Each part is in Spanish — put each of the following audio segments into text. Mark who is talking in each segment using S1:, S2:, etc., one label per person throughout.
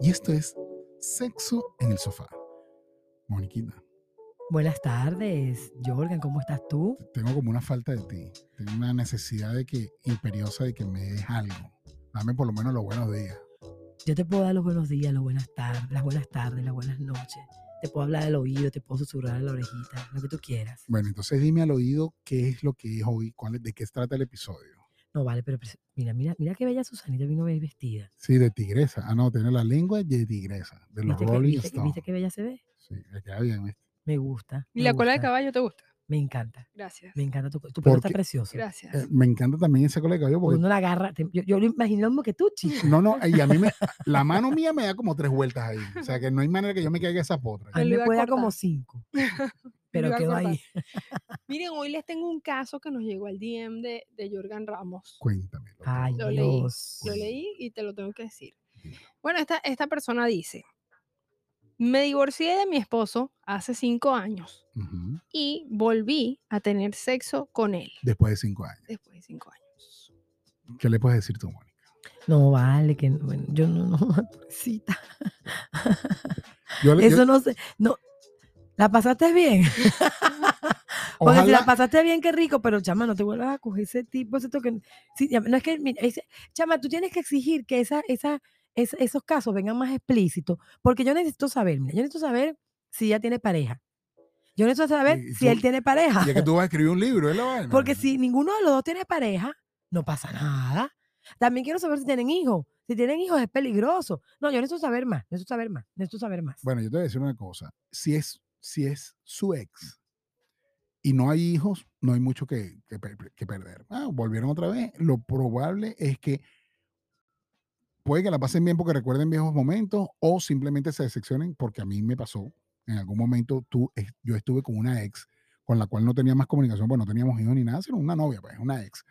S1: Y esto es Sexo en el Sofá. Moniquita,
S2: Buenas tardes, Jorgan, ¿cómo estás tú?
S1: tengo como una falta de ti. Tengo una necesidad de que imperiosa de que me des algo. Dame por lo menos los buenos días.
S2: Yo te puedo dar los buenos días, las buenas tardes, las buenas tardes, las buenas noches. Te puedo hablar al oído, te puedo susurrar en la orejita, lo que tú quieras.
S1: Bueno, entonces dime al oído qué es lo que es hoy, cuál es- de qué trata el episodio.
S2: No vale, pero pres- mira, mira, mira qué bella Susanita vino bien vestida.
S1: Sí, de tigresa. Ah, no, tiene la lengua de tigresa, de los
S2: ¿Viste, que,
S1: Rolling
S2: viste, que-
S1: Stones.
S2: viste qué bella se ve?
S1: Sí, me queda bien. ¿viste?
S2: Me gusta.
S3: ¿Y
S2: me
S3: la cola de
S2: gusta,
S3: caballo te gusta?
S2: Me encanta,
S3: Gracias.
S2: me encanta tu, tu pelo está
S1: Porque-
S2: precioso.
S3: Gracias.
S1: Eh, me encanta también ese cola de cabello porque
S2: Ah. Uno la agarra, te- yo, yo lo imagino lo mismo que tú, chico.
S1: No, no, y a mí me, la mano mía me da como tres vueltas ahí. O sea, que no hay manera que yo me caiga esa potra.
S2: A mí
S3: lo
S2: me
S3: iba a
S2: puede dar
S3: cortar.
S2: como cinco, pero
S3: iba a
S2: quedó ahí.
S3: Miren, hoy les tengo un caso que nos llegó al DM de, de Jorgan Ramos.
S1: Cuéntame.
S2: Ay,
S3: Lo leí,
S2: Dios.
S3: Lo leí y te lo tengo que decir.
S1: Dímelo.
S3: Bueno, esta, esta persona dice, me divorcié de mi esposo hace cinco años
S1: Ujú.
S3: y volví a tener sexo con él
S1: Después de cinco años.
S3: después de cinco años.
S1: ¿Qué le puedes decir tú, Mónica?
S2: No vale, que no- bueno, yo no, no, pobrecita.
S1: Yo le- yo-
S2: Eso no sé. No. ¿La pasaste bien? Porque si la
S1: ojalá,
S2: pasaste bien, qué rico, pero chama, no te vuelvas a coger ese tipo, ese toque. Sí, ya- no es que, mira, ese- chama, tú tienes que exigir que esa, esa, es- esos casos vengan más explícitos, porque yo necesito saber, mira, yo necesito saber si ella tiene pareja. Yo necesito saber
S1: Y- y
S2: si
S1: tú-
S2: él tiene pareja.
S1: ya que tú vas a escribir un libro, es la vaina.
S2: Porque si ninguno de los dos tiene pareja, no pasa nada. También quiero saber si tienen hijos. Si tienen hijos es peligroso. No, yo necesito saber más, necesito saber más, necesito saber más.
S1: Bueno, yo te voy a decir una cosa. Si es, si es su ex y no hay hijos, no hay mucho que, que per- que perder. Ah, volvieron otra vez. Lo probable es que puede que la pasen bien porque recuerden viejos momentos o simplemente se decepcionen porque a mí me pasó. En algún momento tú, es- yo estuve con una ex con la cual no tenía más comunicación, pues no teníamos hijos ni nada, sino una novia, pues una ex.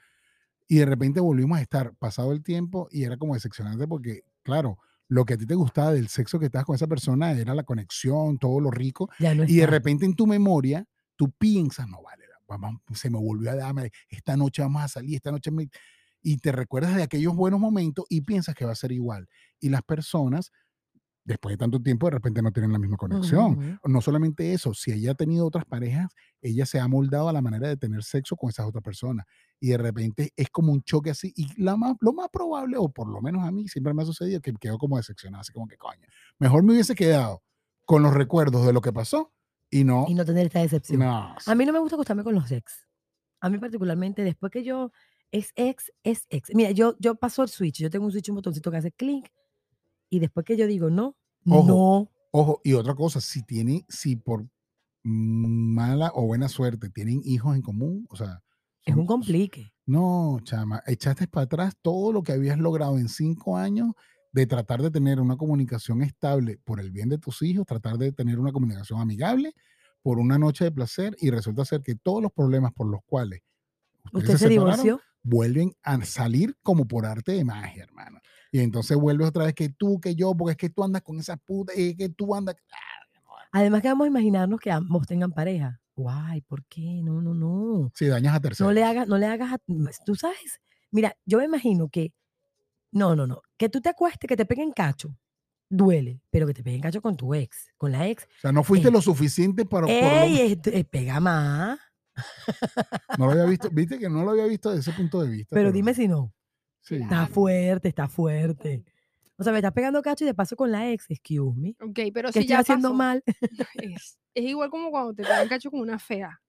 S1: Y de repente volvimos a estar pasado el tiempo y era como decepcionante porque, claro, lo que a ti te gustaba del sexo que estabas con esa persona era la conexión, todo lo rico.
S2: ya no
S1: Y de
S2: está.
S1: repente en tu memoria, tú piensas, no vale, la- vamos, se me volvió a darme, esta noche vamos a salir, esta noche me-". Y te recuerdas de aquellos buenos momentos y piensas que va a ser igual. Y las personas, después de tanto tiempo, de repente no tienen la misma conexión.
S2: Ujú.
S1: No solamente eso, si ella ha tenido otras parejas, ella se ha moldado a la manera de tener sexo con esas otras personas. Y de repente es como un choque así. Y la más, lo más probable, o por lo menos a mí siempre me ha sucedido, que quedo como decepcionado, así como que coño. Mejor me hubiese quedado con los recuerdos de lo que pasó y no.
S2: Y no tener esta decepción.
S1: no,
S2: A mí no me gusta acostarme con los ex. A mí particularmente, después que yo es ex, es ex. Mira, yo, yo paso el switch. Yo tengo un switch, un botoncito que hace clic. Y después que yo digo no,
S1: Ojo.
S2: no.
S1: Ojo, y otra cosa, si tienen, si por mala o buena suerte tienen hijos en común, o sea.
S2: Es
S1: son-
S2: un complique.
S1: No, chama, echaste para atrás todo lo que habías logrado en cinco años de tratar de tener una comunicación estable por el bien de tus hijos, tratar de tener una comunicación amigable por una noche de placer y resulta ser que todos los problemas por los cuales ustedes
S2: Usted se
S1: separaron
S2: divorció.
S1: vuelven a salir como por arte de magia, hermano. Y entonces vuelves otra vez que tú, que yo, porque es que tú andas con esas putas, es que tú andas... ah,
S2: Además que vamos a imaginarnos que ambos tengan pareja. Guay, ¿por qué? No, no, no.
S1: Si dañas a
S2: No
S1: terceros.
S2: le hagas, no le hagas, a, mas- tú sabes. Mira, yo me imagino que, no, no, no, que tú te acuestes, que te peguen cacho, duele, pero que te peguen cacho con tu ex, con la ex.
S1: O sea, no fuiste
S2: Ey.
S1: lo suficiente para... por lo
S2: eh, ¡Ey, es- es- pega más!
S1: No lo había visto, viste que no lo había visto desde ese punto de vista.
S2: Pero dime si no.
S1: sí.
S2: Está
S3: Claro.
S2: fuerte, está fuerte. O sea, me estás pegando cacho y de paso con la ex, excuse me.
S3: Ok, pero
S2: Que
S3: si
S2: estoy
S3: ya
S2: haciendo
S3: pasó,
S2: mal.
S3: Es, es igual como cuando te pegan cacho con una fea.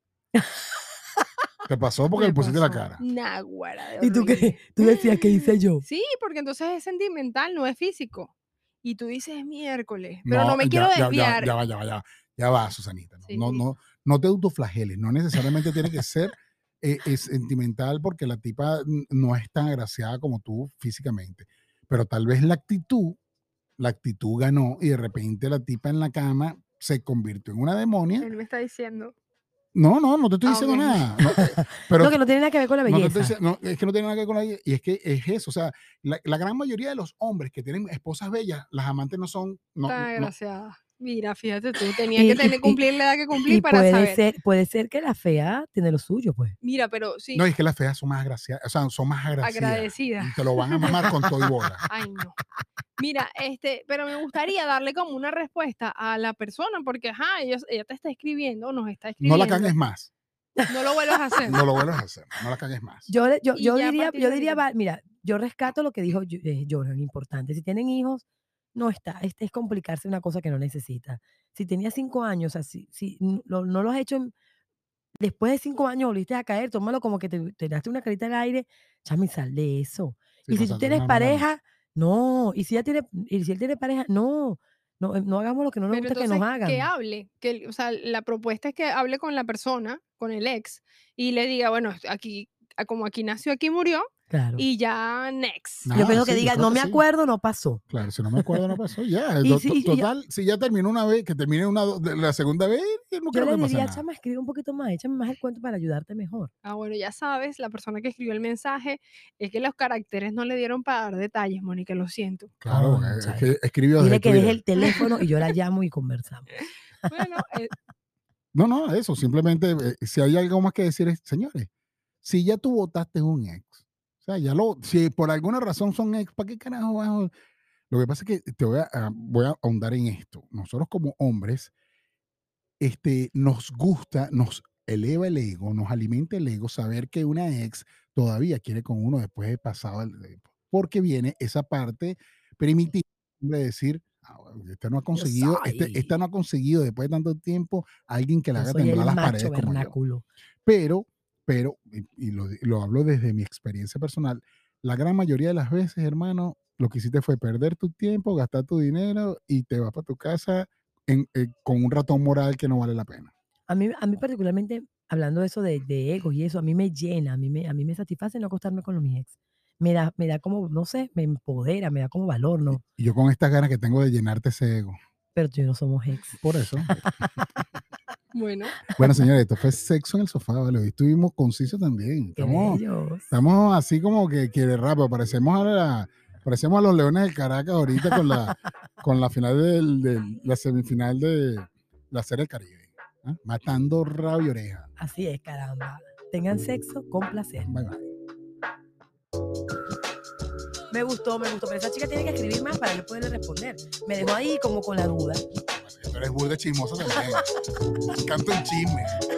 S1: Te pasó porque
S3: Me
S1: le pusiste la
S3: pasó.
S1: cara.
S3: Náguara. de
S2: ¿Y tú
S3: horrible.
S2: qué? Tú decías que hice yo.
S3: Sí, porque entonces es sentimental, no es físico. Y tú dices es miércoles, pero no, me
S1: ya-
S3: quiero
S1: ya- ya-
S3: desviar.
S1: Ya, va, ya va, ya va. Ya va, Susanita. No,
S3: Sí.
S1: no, no, no te autoflageles. No necesariamente tiene que ser eh, eh, sentimental porque la tipa n- no es tan agraciada como tú físicamente. Pero tal vez la actitud, la actitud ganó y de repente la tipa en la cama se convirtió en una demonia.
S3: Él me está diciendo.
S1: No, no, no te estoy
S3: Ah,
S1: diciendo
S3: ok.
S1: nada. No, eh, pero
S2: no, que no tiene nada que ver con la
S1: No, te
S2: belleza.
S1: estoy dic- no, es que no tiene nada que ver con la belleza. Y es que es eso. O sea, la, la gran mayoría de los hombres que tienen esposas bellas, las amantes no son. No,
S3: Está
S1: no-
S3: desgraciada. Mira, fíjate tú, tenía
S2: Y-
S3: que
S2: y-
S3: tener,
S2: y-
S3: cumplir la edad que cumplir
S2: y
S3: para
S2: puede
S3: saber.
S2: ser, puede ser que la fea tiene lo suyo, pues.
S3: Mira, pero sí,
S1: no, es que las feas son más agraciadas. O sea, son más agraciadas.
S3: agradecida.
S1: Y te lo van a mamar con todo y bola.
S3: Ay, no. Mira, este, pero me gustaría darle como una respuesta a la persona, porque ajá, ella, ella te está escribiendo, nos está
S1: No
S3: escribiendo.
S1: la cagues más.
S3: No lo vuelvas a hacer.
S1: No lo vuelvas a hacer. No la cagues más.
S2: Yo, le- yo,
S3: Y
S2: yo
S3: ya a
S2: diría,
S3: partir
S2: yo
S3: de ahí
S2: diría,
S3: ya.
S2: va- mira, yo rescato lo que dijo Yo- eh, Jordan, importante. Si tienen hijos, no está. Este es complicarse una cosa que no necesita. Si tenías cinco años, así, si n- lo- no lo has hecho en- después de cinco años, volviste a caer, tómalo como que te, te daste una carita al aire, chami, sal de eso.
S1: Sí,
S2: y si
S1: no,
S2: tú
S1: no,
S2: tienes
S1: no, no, no.
S2: pareja, no. Y si ya tiene, y si él tiene pareja, no. No, eh, no hagamos lo que no nos
S3: Pero
S2: gusta que nos
S3: entonces,
S2: hagan.
S3: Que hable, que, el- o sea, la propuesta es que hable con la persona, con el ex, y le diga, bueno, aquí, a- como aquí nació, aquí murió,
S2: claro.
S3: y Ah, ya next.
S1: No,
S2: yo pienso
S1: sí,
S2: que
S1: yo
S2: diga,
S1: creo
S2: no
S1: que
S2: me
S1: sí.
S2: acuerdo, no pasó.
S1: Claro, si no me acuerdo, no pasó. Ya.
S2: Y
S1: to-
S2: si-
S1: to-
S2: y- y-
S1: total, si ya terminó una vez, que termine una, do- de- la segunda vez, yo no
S2: Yo
S1: creo
S2: le
S1: que pase
S2: diría,
S1: nada.
S2: chama, escribe un poquito más, échame más el cuento para ayudarte mejor.
S3: Ah, bueno, ya sabes, la persona que escribió el mensaje es que los caracteres no le dieron para dar detalles, Mónica, lo siento.
S1: Claro,
S2: Ay,
S1: es
S2: chale.
S1: que escribió desde
S2: Dile que deje
S1: Twitter.
S2: el teléfono y yo la llamo y conversamos.
S3: Bueno, eh,
S1: No, no, eso. Simplemente, eh, si hay algo más que decir, es, señores, si ya tú votaste un ex, o sea, ya lo, si por alguna razón son ex, ¿para qué carajo vas a- Lo que pasa es que te voy a, a- voy a ahondar en esto. Nosotros como hombres, este, nos gusta, nos eleva el ego, nos alimenta el ego saber que una ex todavía quiere con uno después de pasado el tiempo. Porque viene esa parte primitiva de decir, "Ah, bueno, esta no ha conseguido, este- esta
S2: soy-
S1: no ha conseguido después de tanto tiempo alguien que la
S2: Yo
S1: haga
S2: soy el
S1: temblar las paredes
S2: macho
S1: como yo
S2: vernáculo.
S1: pero, pero, y, y lo, di- lo hablo desde mi experiencia personal, la gran mayoría de las veces, hermano, lo que hiciste fue perder tu tiempo, gastar tu dinero y te vas para tu casa en- eh, con un ratón moral que no vale la pena.
S2: A mí, a mí particularmente, hablando de eso de, de egos y eso, a mí me llena, a mí me, a mí me satisface no acostarme con los mis ex. Me da, me da como, no sé, me empodera, me da como valor, ¿no?
S1: Y yo con estas ganas que tengo de llenarte ese ego.
S2: Pero tú y yo no somos ex.
S1: Por eso.
S3: bueno,
S1: bueno, señores, esto fue sexo en el sofá, ¿vale? Hoy estuvimos concisos también.
S2: Qué
S1: Estamos,
S2: bellos.
S1: estamos así como que quiere rapa. Parecemos a, la- parecemos a los Leones del Caracas ahorita con la, con la final del, del- la semifinal de la Serie del Caribe. ¿ah? Matando rabia y oreja.
S2: Así es, caramba. Tengan sexo con placer.
S1: Bye, bye.
S2: Me gustó, me gustó. Pero esa chica tiene que escribir más para yo poderle responder. Me dejó ahí como con la duda.
S1: Tú eres burda chismosa también. Canto un chisme.